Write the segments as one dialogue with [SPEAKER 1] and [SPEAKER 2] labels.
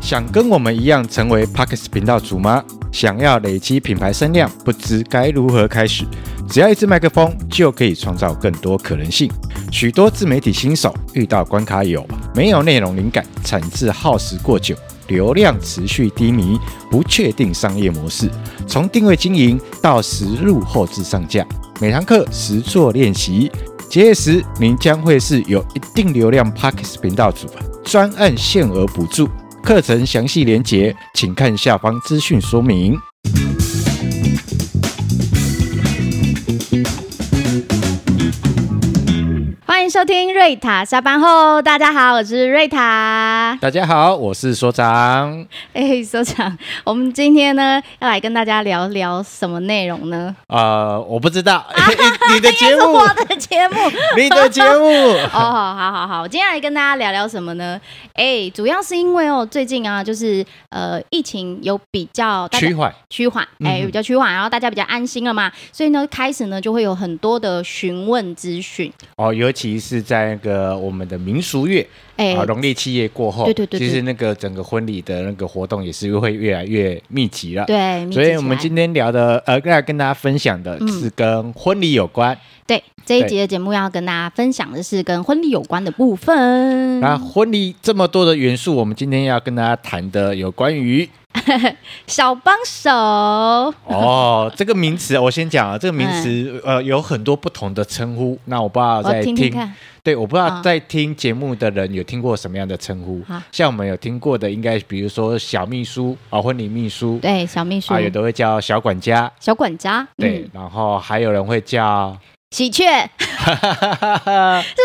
[SPEAKER 1] 想跟我们一样成为 Pockets 频道主吗？想要累积品牌声量，不知该如何开始？只要一支麦克风，就可以创造更多可能性。许多自媒体新手遇到关卡有：没有内容灵感，产制耗时过久，流量持续低迷，不确定商业模式。从定位经营到实入后置上架，每堂课实做练习。结业时，您将会是有一定流量 Pockets 频道主吧？专案限额补助，课程详细连结，请看下方资讯说明。
[SPEAKER 2] 欢迎收听瑞塔下班后，大家好，我是瑞塔。
[SPEAKER 1] 大家好，我是所长。
[SPEAKER 2] 哎，所长，我们今天呢要来跟大家聊聊什么内容呢？
[SPEAKER 1] 呃，我不知道、 你的节
[SPEAKER 2] 是
[SPEAKER 1] 目
[SPEAKER 2] 我，的节目
[SPEAKER 1] 你的节
[SPEAKER 2] 哦，
[SPEAKER 1] 目，
[SPEAKER 2] 好好好好，今天来跟大家聊聊什么呢？哎，主要是因为哦，最近啊，就是呃，疫情有比较大家
[SPEAKER 1] 趋缓。
[SPEAKER 2] 趋缓，哎、
[SPEAKER 1] 嗯哼
[SPEAKER 2] 比较趋缓，然后大家比较安心了嘛，所以呢，开始呢就会有很多的询问资讯，
[SPEAKER 1] 哦，尤其是在那个我们的民俗月
[SPEAKER 2] 哎、
[SPEAKER 1] 啊，农历七月过后，
[SPEAKER 2] 对对对对
[SPEAKER 1] 其实那个整个婚礼的那个活动也是会越来越密集了。
[SPEAKER 2] 对，密集
[SPEAKER 1] 所
[SPEAKER 2] 起
[SPEAKER 1] 以
[SPEAKER 2] 来嗯
[SPEAKER 1] 我们今天聊的，呃，要跟大家分享的是跟婚礼有关。
[SPEAKER 2] 对这一
[SPEAKER 1] 对
[SPEAKER 2] 集的节目要跟大家分享的是跟婚礼有关的部分，
[SPEAKER 1] 那婚礼这么多的元素，我们今天要跟大家谈的有关 于
[SPEAKER 2] 小帮手，
[SPEAKER 1] 哦这个名词，我先讲啊，这个名词呃有很多不同的称呼。那我不知道
[SPEAKER 2] 嗯我
[SPEAKER 1] 在
[SPEAKER 2] 听听看，
[SPEAKER 1] 对，我不知道
[SPEAKER 2] 啊
[SPEAKER 1] 在听节目的人有听过什么样的称呼
[SPEAKER 2] 好。
[SPEAKER 1] 像我们有听过的，应该比如说小秘书啊，婚礼秘书
[SPEAKER 2] 对，小秘书，
[SPEAKER 1] 啊，有的会叫小管家。
[SPEAKER 2] 小管家，
[SPEAKER 1] 对，
[SPEAKER 2] 嗯，
[SPEAKER 1] 然后还有人会叫
[SPEAKER 2] 喜鹊 是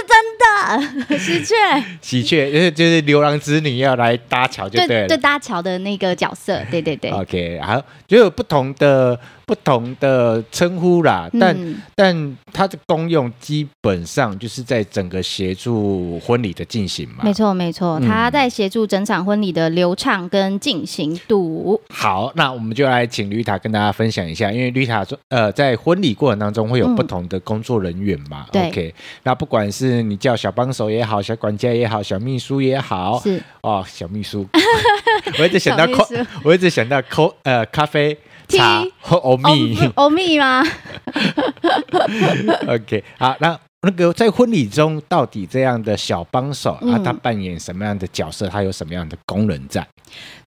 [SPEAKER 2] 真的，喜鹊，
[SPEAKER 1] 喜鹊，就是就是牛郎织女要来搭桥 就对了。
[SPEAKER 2] 对，搭桥的那个角 色，对对对，
[SPEAKER 1] OK，好，就有不同的不同的称呼啦，但、
[SPEAKER 2] 嗯
[SPEAKER 1] 但它的功用基本上就是在整个协助婚礼的进行嘛
[SPEAKER 2] 没。错，没错，
[SPEAKER 1] 嗯
[SPEAKER 2] 他在协助整场婚礼的流畅跟进行度。
[SPEAKER 1] 好，那我们就来请绿塔跟大家分享一下，因为绿塔说，呃，在婚礼过程当中会有
[SPEAKER 2] 嗯
[SPEAKER 1] 不同的工作人员嘛。
[SPEAKER 2] 对
[SPEAKER 1] OK，那不管是你叫小帮手也好，小管家也好，小秘书也好，
[SPEAKER 2] 是
[SPEAKER 1] 哦，小秘 书，我一直想到
[SPEAKER 2] 小秘
[SPEAKER 1] 咖
[SPEAKER 2] 书，
[SPEAKER 1] 我一直想到咖呃咖啡。茶
[SPEAKER 2] Tea 哦
[SPEAKER 1] 和欧米，
[SPEAKER 2] 欧米吗？
[SPEAKER 1] OK，好，那那个在婚礼中，到底这样的小帮手、啊，
[SPEAKER 2] 嗯
[SPEAKER 1] 他扮演什么样的角色？他有什么样的功能在？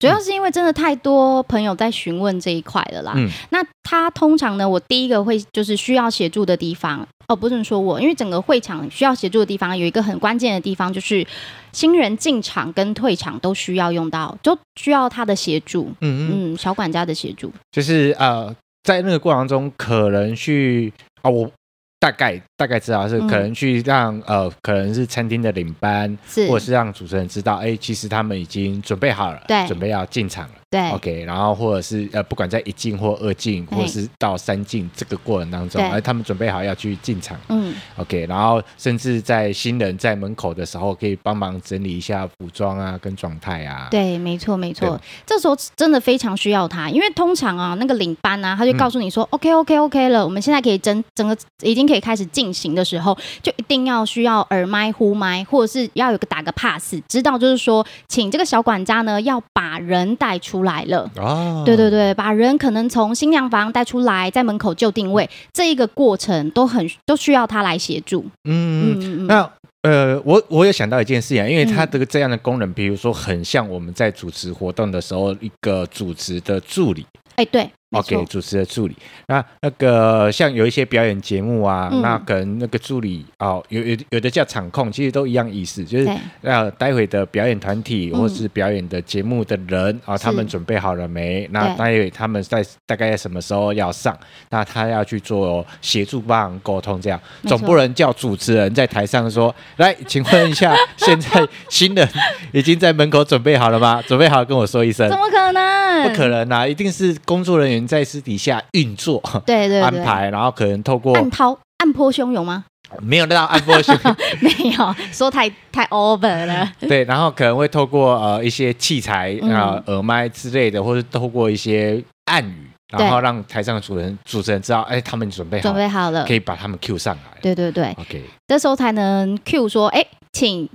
[SPEAKER 2] 主要是因为真的太多朋友在询问这一块了啦。
[SPEAKER 1] 嗯
[SPEAKER 2] 那他通常呢，我第一个会就是需要协助的地方哦，不能说我，因为整个会场需要协助的地方有一个很关键的地方，就是新人进场跟退场都需要用到，就需要他的协助。
[SPEAKER 1] 嗯嗯，
[SPEAKER 2] 嗯，小管家的协助，
[SPEAKER 1] 就是呃，在那个过程中，可能去啊、我大概大概知道是
[SPEAKER 2] 嗯
[SPEAKER 1] 可能去让、呃，可能是餐厅的领班，
[SPEAKER 2] 是，
[SPEAKER 1] 或者是让主持人知道，哎，其实他们已经准备好了，
[SPEAKER 2] 对
[SPEAKER 1] 准备要进场了。
[SPEAKER 2] 对
[SPEAKER 1] OK，然后或者是呃，不管在一进或二进，
[SPEAKER 2] 对
[SPEAKER 1] 或者是到三进这个过程当中，
[SPEAKER 2] 对
[SPEAKER 1] 哎，他们准备好要去进场。
[SPEAKER 2] 嗯，
[SPEAKER 1] OK，然后甚至在新人在门口的时候，可以帮忙整理一下服装啊，跟状态啊。，
[SPEAKER 2] 对，没错，没
[SPEAKER 1] 对
[SPEAKER 2] 错，这时候真的非常需要他，因为通常啊，那个领班啊，
[SPEAKER 1] 嗯
[SPEAKER 2] 他就告诉你说、o k OK OK 了，我们现在可以整整个已经可以开始进行的时候，就一定要需要耳麦、呼麦，或者是要有个打个 pass，知道就是说，请这个小管家呢要把人带出来了。
[SPEAKER 1] 哦，
[SPEAKER 2] 对对对，把人可能从新娘房带出来，在门口就定位，这一个过程都很都需要他来协助。
[SPEAKER 1] 嗯，嗯
[SPEAKER 2] 嗯嗯嗯，
[SPEAKER 1] 那。呃，我我有想到一件事情啊，因为它
[SPEAKER 2] 嗯
[SPEAKER 1] 的这样的功能，比如说很像我们在主持活动的时候一个主持的助理
[SPEAKER 2] 哎对，没错
[SPEAKER 1] ，OK，主持的助理。那那个像有一些表演节目啊，
[SPEAKER 2] 嗯
[SPEAKER 1] 那可能那个助理哦，有有有的叫场控，其实都一样意思，就是
[SPEAKER 2] 对，
[SPEAKER 1] 那待会的表演团体
[SPEAKER 2] 嗯
[SPEAKER 1] 或是表演的节目的人啊，他们准备好了没？那待会他们在大概在什么时候要上？那他要去做协助帮忙沟通，这样
[SPEAKER 2] 没错
[SPEAKER 1] 总不能叫主持人在台上说：“来，请问一下，现在 新人已经在门口准备好了吗？准备好跟我说一声
[SPEAKER 2] 怎。”么可能？
[SPEAKER 1] 不可能啊，一定是工作人员在私底下运作
[SPEAKER 2] 对对对，
[SPEAKER 1] 安排，然后可能透过
[SPEAKER 2] 暗涛暗波汹 涌吗？
[SPEAKER 1] 没有到按 波性
[SPEAKER 2] 没有，说太太 over 了。
[SPEAKER 1] 对，然后可能会透过呃一些器材
[SPEAKER 2] 嗯
[SPEAKER 1] 啊、呃耳麦之类的，或是透过一些暗语，
[SPEAKER 2] 对
[SPEAKER 1] 然后让台上的主持人主持人知道，哎，他们准备好，
[SPEAKER 2] 准备好了
[SPEAKER 1] 可，以把他们 Q 上来。
[SPEAKER 2] 对对对，
[SPEAKER 1] OK，
[SPEAKER 2] 这时候才能 Q 说，哎，请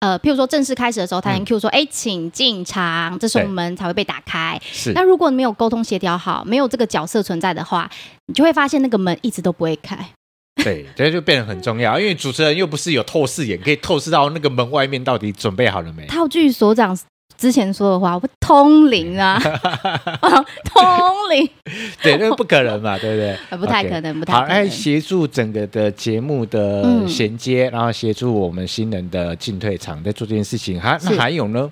[SPEAKER 2] 呃，譬如说正式开始的时候，他
[SPEAKER 1] 嗯
[SPEAKER 2] 能 Q 说，哎、请进场，这时候
[SPEAKER 1] 对
[SPEAKER 2] 门才会被打开。
[SPEAKER 1] 是
[SPEAKER 2] 那如果没有沟通协调好，没有这个角色存在的话，你就会发现那个门一直都不会开。
[SPEAKER 1] 对，这就变得很重要，因为主持人又不是有透视眼，可以透视到那个门外面到底准备好了没。
[SPEAKER 2] 套句所长之前说的话，我通 灵啊，啊通灵
[SPEAKER 1] 对，那不可能 嘛，对不对？
[SPEAKER 2] 呃不太
[SPEAKER 1] OK
[SPEAKER 2] 可能，不太
[SPEAKER 1] 好，哎
[SPEAKER 2] 可
[SPEAKER 1] 来
[SPEAKER 2] 能。
[SPEAKER 1] 协助整个的节目的
[SPEAKER 2] 嗯
[SPEAKER 1] 衔接，然后协助我们新人的进退场，在做这件事情。哈，那
[SPEAKER 2] 是
[SPEAKER 1] 还有呢？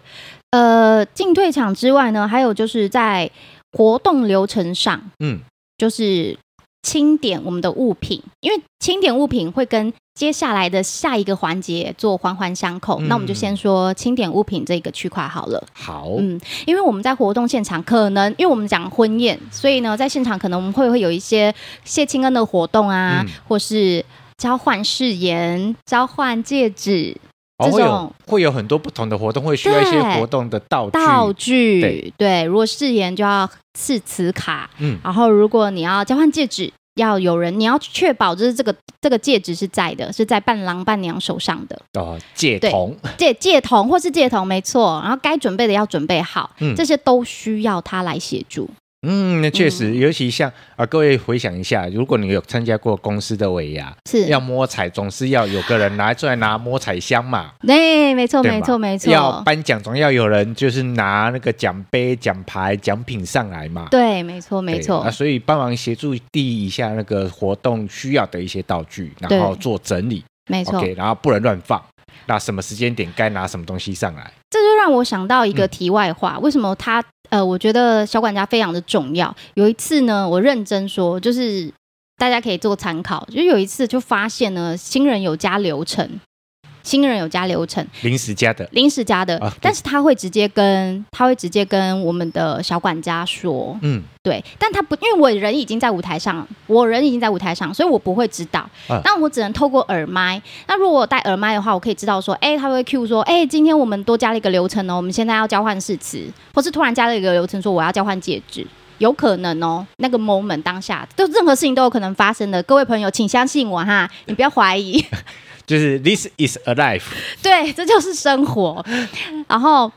[SPEAKER 2] 呃，进退场之外呢，还有就是在活动流程上，
[SPEAKER 1] 嗯，
[SPEAKER 2] 就是清点我们的物品，因为清点物品会跟接下来的下一个环节做环环相扣。
[SPEAKER 1] 嗯哦
[SPEAKER 2] 那我们就先说清点物品这个区块好了。
[SPEAKER 1] 好，
[SPEAKER 2] 嗯，因为我们在活动现场，可能因为我们讲婚宴，所以呢，在现场可能我们会会有一些谢亲恩的活动啊，
[SPEAKER 1] 嗯
[SPEAKER 2] 或是交换誓言、交换戒指、
[SPEAKER 1] 哦，
[SPEAKER 2] 这
[SPEAKER 1] 会有
[SPEAKER 2] 种
[SPEAKER 1] 会有很多不同的活动，会需要一些
[SPEAKER 2] 对
[SPEAKER 1] 活动的道具。
[SPEAKER 2] 道具。
[SPEAKER 1] 对
[SPEAKER 2] 如果誓言就要赐词卡，
[SPEAKER 1] 嗯，
[SPEAKER 2] 然后如果你要交换戒指。要有人，你要确保就是这个这个戒指是在的，是在伴郎伴娘手上 的
[SPEAKER 1] 哦，戒童，
[SPEAKER 2] 戒戒筒或是戒筒，没错。然后该准备的要准备好，
[SPEAKER 1] 嗯
[SPEAKER 2] 这些都需要他来协助。
[SPEAKER 1] 嗯，那确实，尤其像啊、各位回想一下，如果你有参加过公司的尾牙，
[SPEAKER 2] 是
[SPEAKER 1] 要摸彩，总是要有个人拿出来拿摸彩箱嘛，
[SPEAKER 2] 对，没错，
[SPEAKER 1] 对吧
[SPEAKER 2] 没错，没
[SPEAKER 1] 要
[SPEAKER 2] 错，
[SPEAKER 1] 颁奖总要有人就是拿那个奖杯、奖牌、奖品上来嘛。
[SPEAKER 2] 对，没错，没
[SPEAKER 1] 对
[SPEAKER 2] 错
[SPEAKER 1] 啊，，所以帮忙协助递一下那个活动需要的一些道具，然
[SPEAKER 2] 对
[SPEAKER 1] 后做整理
[SPEAKER 2] 没错。
[SPEAKER 1] ，OK，然后不能乱放。那什么时间点该拿什么东西上来？
[SPEAKER 2] 这就让我想到一
[SPEAKER 1] 嗯
[SPEAKER 2] 个题外话，为什么他呃，我觉得小管家非常的重要。有一次呢，我认真说，就是大家可以做参考。就有一次就发现呢，新人有加流程，新人有加流程，
[SPEAKER 1] 临时加的，
[SPEAKER 2] 临时加的，
[SPEAKER 1] 啊对
[SPEAKER 2] 但是他会直接跟他会直接跟我们的小管家说，
[SPEAKER 1] 嗯，
[SPEAKER 2] 对，但他不，因为我人已经在舞台上了，我人已经在舞台上，所以我不会知道
[SPEAKER 1] 嗯。
[SPEAKER 2] 但我只能透过耳麦。那如果我戴耳麦的话，我可以知道说，哎、他会 Q 说，哎、今天我们多加了一个流程哦，我们现在要交换誓词，或是突然加了一个流程说我要交换戒指。有可能哦，那个 moment 当下，就任何事情都有可能发生的。各位朋友，请相信我哈，你不要怀疑。
[SPEAKER 1] 就是 this is alive，
[SPEAKER 2] 对，这就是生活。然后，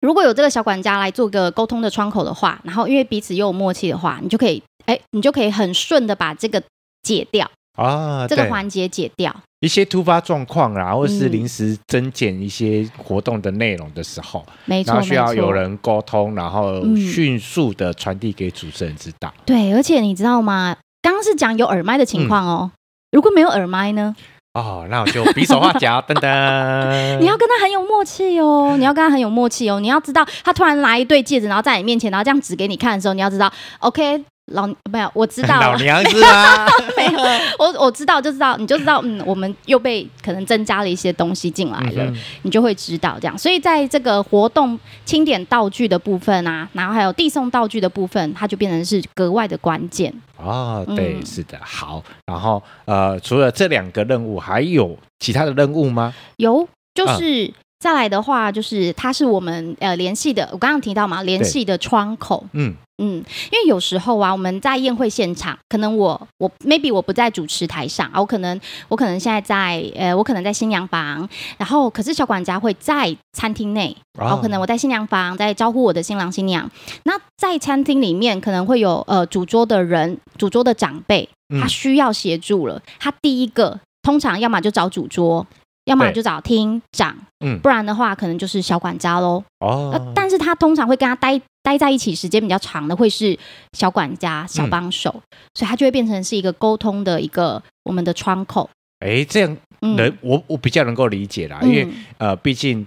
[SPEAKER 2] 如果有这个小管家来做个沟通的窗口的话，然后因为彼此又有默契的话，你就可以，哎，你就可以很顺的把这个解掉，
[SPEAKER 1] 啊，
[SPEAKER 2] 这个
[SPEAKER 1] 对
[SPEAKER 2] 环节解掉。
[SPEAKER 1] 一些突发状况啦，或是
[SPEAKER 2] 嗯
[SPEAKER 1] 临时增减一些活动的内容的时候，
[SPEAKER 2] 没错，
[SPEAKER 1] 然后需要
[SPEAKER 2] 没错
[SPEAKER 1] 有人沟通，然后
[SPEAKER 2] 嗯
[SPEAKER 1] 迅速的传递给主持人知道。
[SPEAKER 2] 对，而且你知道吗？刚刚是讲有耳麦的
[SPEAKER 1] 嗯
[SPEAKER 2] 情况哦。如果没有耳麦呢？
[SPEAKER 1] 哦，那我就比手画脚，噔噔。
[SPEAKER 2] 你要跟他很有默契哦，你要跟他很有默契哦。你要知道，他突然拿一对戒指，然后在你面前，然后这样指给你看的时候，你要知道，OK，老没有，我知道
[SPEAKER 1] 老
[SPEAKER 2] 了，
[SPEAKER 1] 娘是 吗？
[SPEAKER 2] 没有，我我知道就知道，你就知道，嗯，我们又被可能增加了一些东西进来了，
[SPEAKER 1] 嗯哼
[SPEAKER 2] 你就会知道这样。所以在这个活动清点道具的部分啊，然后还有递送道具的部分，它就变成是格外的关键。
[SPEAKER 1] 哦，对，
[SPEAKER 2] 嗯
[SPEAKER 1] 是的，好。然后呃，除了这两个任务，还有其他的任务吗？
[SPEAKER 2] 有，就是、再来的话，就是它是我们呃联系的，我刚刚提到嘛，联系的窗口。
[SPEAKER 1] 嗯，
[SPEAKER 2] 嗯，因为有时候啊，我们在宴会现场，可能我我 maybe 我不在主持台上啊，我可能我可能现在在呃，我可能在新娘房，然后可是小管家会在餐厅内，
[SPEAKER 1] 哦
[SPEAKER 2] 然哦后可能我在新娘房在招呼我的新郎新娘。那在餐厅里面可能会有呃主桌的人，主桌的长辈，
[SPEAKER 1] 嗯
[SPEAKER 2] 他需要协助了，他第一个通常要么就找主桌。要么
[SPEAKER 1] 对
[SPEAKER 2] 就找厅长，
[SPEAKER 1] 嗯
[SPEAKER 2] 不然的话可能就是小管家喽。
[SPEAKER 1] 哦
[SPEAKER 2] 呃，，但是他通常会跟他待待在一起时间比较长的，会是小管家、小帮手，
[SPEAKER 1] 嗯
[SPEAKER 2] 所以他就会变成是一个沟通的一个我们的窗口。
[SPEAKER 1] 哎，这样
[SPEAKER 2] 嗯，
[SPEAKER 1] 能我我比较能够理解啦，因为
[SPEAKER 2] 嗯、
[SPEAKER 1] 呃，毕竟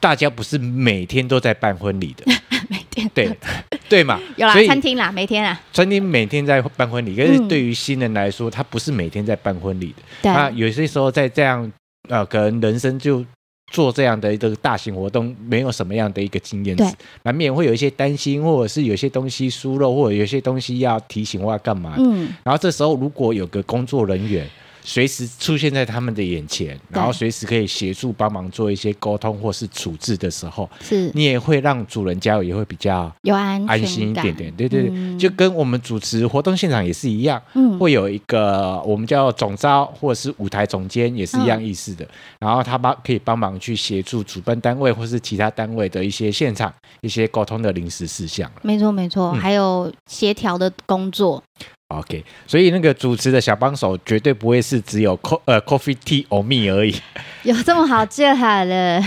[SPEAKER 1] 大家不是每天都在办婚 礼的，
[SPEAKER 2] 每天
[SPEAKER 1] 对对嘛，
[SPEAKER 2] 有啦
[SPEAKER 1] 所，以
[SPEAKER 2] 餐厅啦，每天啦，
[SPEAKER 1] 餐厅每天在办婚礼，可是
[SPEAKER 2] 嗯
[SPEAKER 1] 对于新人来说，他不是每天在办婚礼的。
[SPEAKER 2] 对，
[SPEAKER 1] 那有些时候在这样呃，可能人生就做这样的一个大型活动，没有什么样的一个经验值
[SPEAKER 2] 对，
[SPEAKER 1] 难免会有一些担心，或者是有些东西疏漏，或者有些东西要提醒或要干嘛的。
[SPEAKER 2] 嗯，
[SPEAKER 1] 然后这时候如果有个工作人员随时出现在他们的眼前，然后
[SPEAKER 2] 对
[SPEAKER 1] 随时可以协助帮忙做一些沟通或是处置的时候，
[SPEAKER 2] 是
[SPEAKER 1] 你也会让主人家也会比较
[SPEAKER 2] 有安
[SPEAKER 1] 安
[SPEAKER 2] 全
[SPEAKER 1] 心一
[SPEAKER 2] 感
[SPEAKER 1] 点点。对对对，
[SPEAKER 2] 嗯
[SPEAKER 1] 就跟我们主持活动现场也是一样，
[SPEAKER 2] 嗯
[SPEAKER 1] 会有一个我们叫总招或者是舞台总监也是一
[SPEAKER 2] 嗯
[SPEAKER 1] 样意思的，然后他帮可以帮忙去协助主办单位或是其他单位的一些现场一些沟通的临时事项。
[SPEAKER 2] 没错没错，
[SPEAKER 1] 嗯
[SPEAKER 2] 还有协调的工作，
[SPEAKER 1] OK，所以那个主持的小帮手绝对不会是只有 co 呃 coffee tea or me 而已，
[SPEAKER 2] 有这么好就好了。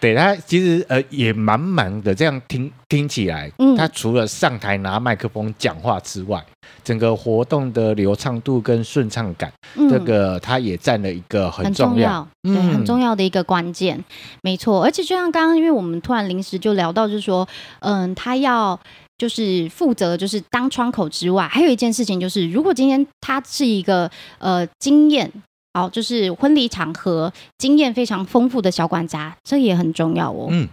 [SPEAKER 1] 对他其实呃也蛮忙的，这样听听起来，
[SPEAKER 2] 嗯
[SPEAKER 1] 他除了上台拿麦克风讲话之外，整个活动的流畅度跟顺畅感，
[SPEAKER 2] 嗯
[SPEAKER 1] 这个他也占了一个很
[SPEAKER 2] 很
[SPEAKER 1] 重
[SPEAKER 2] 重
[SPEAKER 1] 要。
[SPEAKER 2] 要，对，
[SPEAKER 1] 嗯
[SPEAKER 2] 很重要的一个关键，没错。而且就像刚刚，因为我们突然临时就聊到，就是说，嗯，他要就是负责就是当窗口之外，还有一件事情就是，如果今天他是一个呃经验。哦，就是婚礼场合经验非常丰富的小管家，这也很重要哦。
[SPEAKER 1] 嗯，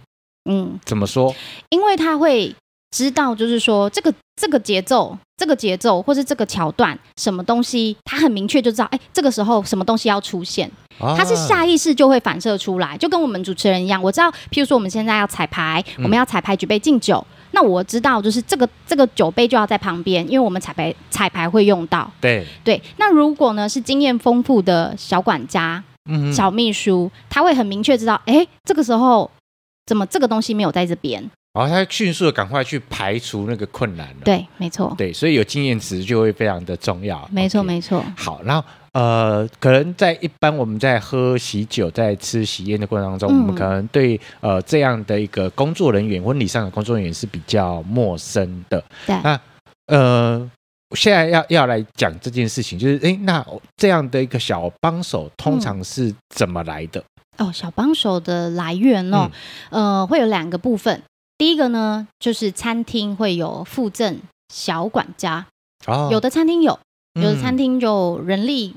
[SPEAKER 2] 嗯，
[SPEAKER 1] 怎么说？
[SPEAKER 2] 因为他会知道，就是说这个这个节奏、这个节奏或是这个桥段，什么东西，他很明确就知道，哎，这个时候什么东西要出现。它是
[SPEAKER 1] 啊
[SPEAKER 2] 下意识就会反射出来，就跟我们主持人一样。我知道，譬如说我们现在要彩排，
[SPEAKER 1] 嗯
[SPEAKER 2] 我们要彩排举杯敬酒，那我知道就是这个这个酒杯就要在旁边，因为我们彩排彩排会用到。
[SPEAKER 1] 对，
[SPEAKER 2] 对，那如果呢是经验丰富的小管家、
[SPEAKER 1] 嗯，
[SPEAKER 2] 小秘书，他会很明确知道，哎，这个时候怎么这个东西没有在这边？
[SPEAKER 1] 然后他迅速的赶快去排除那个困难了。
[SPEAKER 2] 对，没错，
[SPEAKER 1] 对，所以有经验值就会非常的重要。
[SPEAKER 2] 没错，
[SPEAKER 1] OK
[SPEAKER 2] 没错，
[SPEAKER 1] 好，然后呃，可能在一般我们在喝喜酒、在吃喜宴的过程当中，
[SPEAKER 2] 嗯
[SPEAKER 1] 我们可能对呃这样的一个工作人员、婚礼上的工作人员是比较陌生的。
[SPEAKER 2] 对
[SPEAKER 1] 那呃，现在要要来讲这件事情，就是诶，那这样的一个小帮手通
[SPEAKER 2] 嗯
[SPEAKER 1] 常是怎么来的？
[SPEAKER 2] 哦，小帮手的来源哦，
[SPEAKER 1] 嗯
[SPEAKER 2] 呃，会有两个部分。第一个呢，就是餐厅会有附赠小管家，
[SPEAKER 1] 哦
[SPEAKER 2] 有的餐厅有，有的
[SPEAKER 1] 嗯
[SPEAKER 2] 餐厅就人力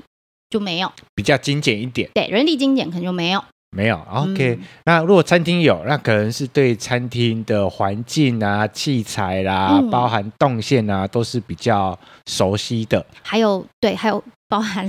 [SPEAKER 2] 就没有，
[SPEAKER 1] 比较精简一点，
[SPEAKER 2] 对，人力精简可能就没有。
[SPEAKER 1] 没有，OK、哦
[SPEAKER 2] 嗯
[SPEAKER 1] 那如果餐厅有，那可能是对餐厅的环境啊、器材啦、
[SPEAKER 2] 嗯
[SPEAKER 1] 包含动线啊，都是比较熟悉的。
[SPEAKER 2] 还有对，还有包含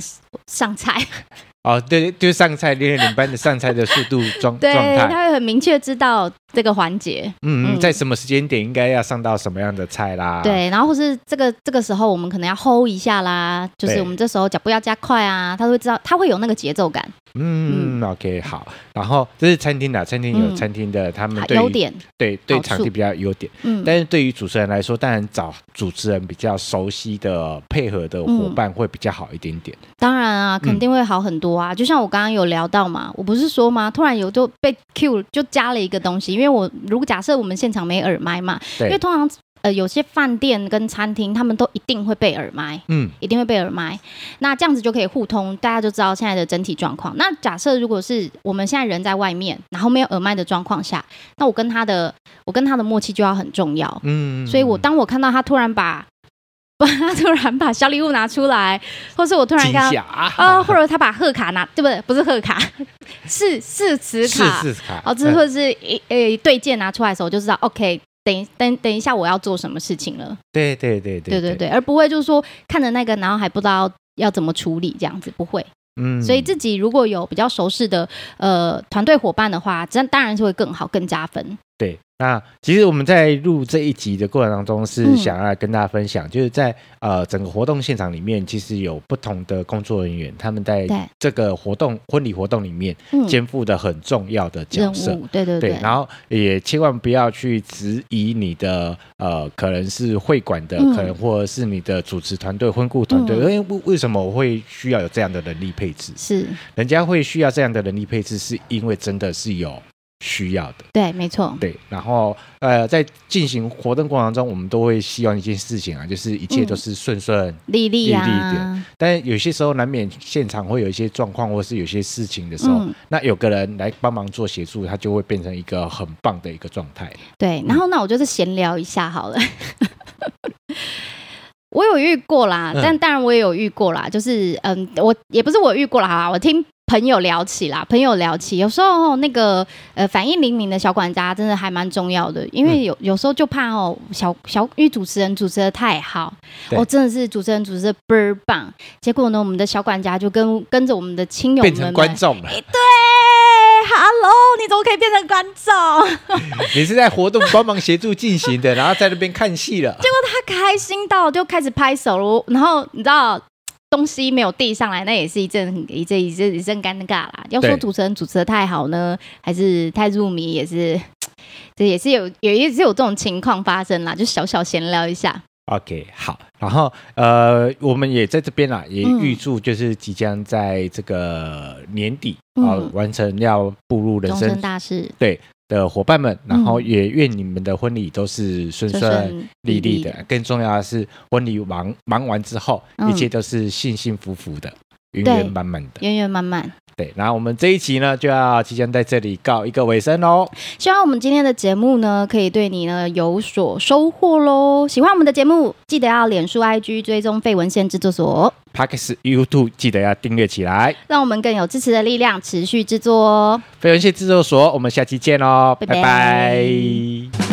[SPEAKER 2] 上菜，
[SPEAKER 1] 哦，对，就是上菜，因为你们班的上菜的速度 状
[SPEAKER 2] 对
[SPEAKER 1] 状，态，
[SPEAKER 2] 他会很明确知道这个环节，
[SPEAKER 1] 嗯，嗯
[SPEAKER 2] 嗯
[SPEAKER 1] 在什么时间点应该要上到什么样的菜啦？，
[SPEAKER 2] 对，然后或是这个这个时候我们可能要 hold 一下啦，就是
[SPEAKER 1] 对
[SPEAKER 2] 我们这时候脚步要加快啊，他会知道，他会有那个节奏感，
[SPEAKER 1] 嗯 o k 好。然后这是餐厅啦，餐厅有
[SPEAKER 2] 嗯
[SPEAKER 1] 餐厅的他们
[SPEAKER 2] 好
[SPEAKER 1] 对
[SPEAKER 2] 优
[SPEAKER 1] 于
[SPEAKER 2] 点，
[SPEAKER 1] 对对
[SPEAKER 2] 好
[SPEAKER 1] 场
[SPEAKER 2] 处
[SPEAKER 1] 地比较优点，
[SPEAKER 2] 嗯，
[SPEAKER 1] 但是对于主持人来说，当然找主持人比较熟悉的配合的伙
[SPEAKER 2] 嗯
[SPEAKER 1] 伴会比较好一点点。
[SPEAKER 2] 当然
[SPEAKER 1] 嗯
[SPEAKER 2] 啊，肯定会好很多啊。就像我刚刚有聊到嘛，我不是说吗？突然有就被 Q 就加了一个东西，因为我如果假设我们现场没耳麦嘛，
[SPEAKER 1] 对
[SPEAKER 2] 因为通常呃有些饭店跟餐厅他们都一定会备耳麦。
[SPEAKER 1] 嗯，
[SPEAKER 2] 一定会被耳麦，那这样子就可以互通，大家就知道现在的整体状况。那假设如果是我们现在人在外面，然后没有耳麦的状况下，那我跟他的我跟他的默契就要很重要。
[SPEAKER 1] 嗯，
[SPEAKER 2] 所以我当我看到他突然把， 他突然把小礼物拿出来，或是我突然
[SPEAKER 1] 惊
[SPEAKER 2] 看到
[SPEAKER 1] 吓啊
[SPEAKER 2] 啊、或者他把贺卡拿，对不对？不是贺卡，是是词
[SPEAKER 1] 是
[SPEAKER 2] 卡，
[SPEAKER 1] 是卡，
[SPEAKER 2] 哦，这
[SPEAKER 1] 嗯
[SPEAKER 2] 或者是一呃对键拿出来的时候，我就知道 OK。等一等等一下，我要做什么事情了？
[SPEAKER 1] 对对对
[SPEAKER 2] 对对，对，而不会就是说看着那个，然后还不知道要怎么处理这样子，不会。
[SPEAKER 1] 嗯
[SPEAKER 2] 所以自己如果有比较熟识的呃团队伙伴的话，这当然是会更好、更加分。
[SPEAKER 1] 对，那其实我们在录这一集的过程当中，是
[SPEAKER 2] 嗯
[SPEAKER 1] 想要来跟大家分享，就是在呃整个活动现场里面，其实有不同的工作人员，他们在
[SPEAKER 2] 对
[SPEAKER 1] 这个活动婚礼活动里面
[SPEAKER 2] 嗯，
[SPEAKER 1] 肩负的很重要的角
[SPEAKER 2] 任
[SPEAKER 1] 色。
[SPEAKER 2] 务，对对
[SPEAKER 1] 对，然后也千万不要去质疑你的呃，可能是会馆的，
[SPEAKER 2] 嗯
[SPEAKER 1] 可能或者是你的主持团队、婚顾团队，因
[SPEAKER 2] 嗯
[SPEAKER 1] 为为为什么我会需要有这样的人力配置？
[SPEAKER 2] 是
[SPEAKER 1] 人家会需要这样的人力配置，是因为真的是有需要的。
[SPEAKER 2] 对，没错，
[SPEAKER 1] 对，然后呃，在进行活动过程中，我们都会希望一件事情啊，就是一切都是顺顺。
[SPEAKER 2] 丽丽
[SPEAKER 1] 丽
[SPEAKER 2] 呀、
[SPEAKER 1] 丽一点但有些时候难免现场会有一些状况，或是有些事情的时候，
[SPEAKER 2] 嗯
[SPEAKER 1] 那有个人来帮忙做协助，他就会变成一个很棒的一个状态。
[SPEAKER 2] 对，然后那我就是闲聊一下好了。 我有遇过啦，
[SPEAKER 1] 嗯
[SPEAKER 2] 嗯但当然我也有遇过啦，就是嗯，我也不是我遇过啦，好吧，我听朋友聊起啦，朋友聊起，有时候、哦、那个呃反应灵敏的小管家真的还蛮重要的，因
[SPEAKER 1] 嗯
[SPEAKER 2] 为有、有时候就怕哦小小因为主持人主持的太好，
[SPEAKER 1] 对
[SPEAKER 2] 哦真的是主持人主持的倍儿棒，结果呢我们的小管家就跟跟着我们的亲友
[SPEAKER 1] 变
[SPEAKER 2] 们
[SPEAKER 1] 成
[SPEAKER 2] 们哎
[SPEAKER 1] 观众了。
[SPEAKER 2] 对，Hello，你怎么可以变成观众？
[SPEAKER 1] 你是在活动帮忙协助进行的，然后在那边看戏了。
[SPEAKER 2] 他开心到就开始拍手了，然后你知道。东西没有递上来，那也是一阵很一阵一阵一阵尴尬啦。要说
[SPEAKER 1] 对
[SPEAKER 2] 主持人主持的太好呢，还是太入迷，也是，这也是有也也是有这种情况发生啦，就小小闲聊一下。
[SPEAKER 1] OK，好，然后呃，我们也在这边啦，也
[SPEAKER 2] 嗯
[SPEAKER 1] 预祝就是即将在这个年底
[SPEAKER 2] 嗯
[SPEAKER 1] 啊、完成要步入人
[SPEAKER 2] 终
[SPEAKER 1] 生
[SPEAKER 2] 身大事，
[SPEAKER 1] 的伙伴们，然后
[SPEAKER 2] 嗯
[SPEAKER 1] 也愿你们的婚礼都是顺
[SPEAKER 2] 顺
[SPEAKER 1] 顺
[SPEAKER 2] 顺
[SPEAKER 1] 利利的。。更重要的是，婚礼忙忙完之后，
[SPEAKER 2] 嗯
[SPEAKER 1] 一切都是幸幸福福的，圆
[SPEAKER 2] 对
[SPEAKER 1] 圆满满的。
[SPEAKER 2] 圆圆满满。
[SPEAKER 1] 对，然后我们这一集呢，就要即将在这里告一个尾声哦喽。
[SPEAKER 2] 希望我们今天的节目呢，可以对你呢有所收获喽。喜欢我们的节目，记得要脸书、IG 追踪废文献制作所，
[SPEAKER 1] p a c k e s YouTube 记得要订阅起来。
[SPEAKER 2] 让我们更有支持的力量，持续制作哦。
[SPEAKER 1] 非文献制作所，我们下期见喽，
[SPEAKER 2] 拜拜
[SPEAKER 1] 哦拜拜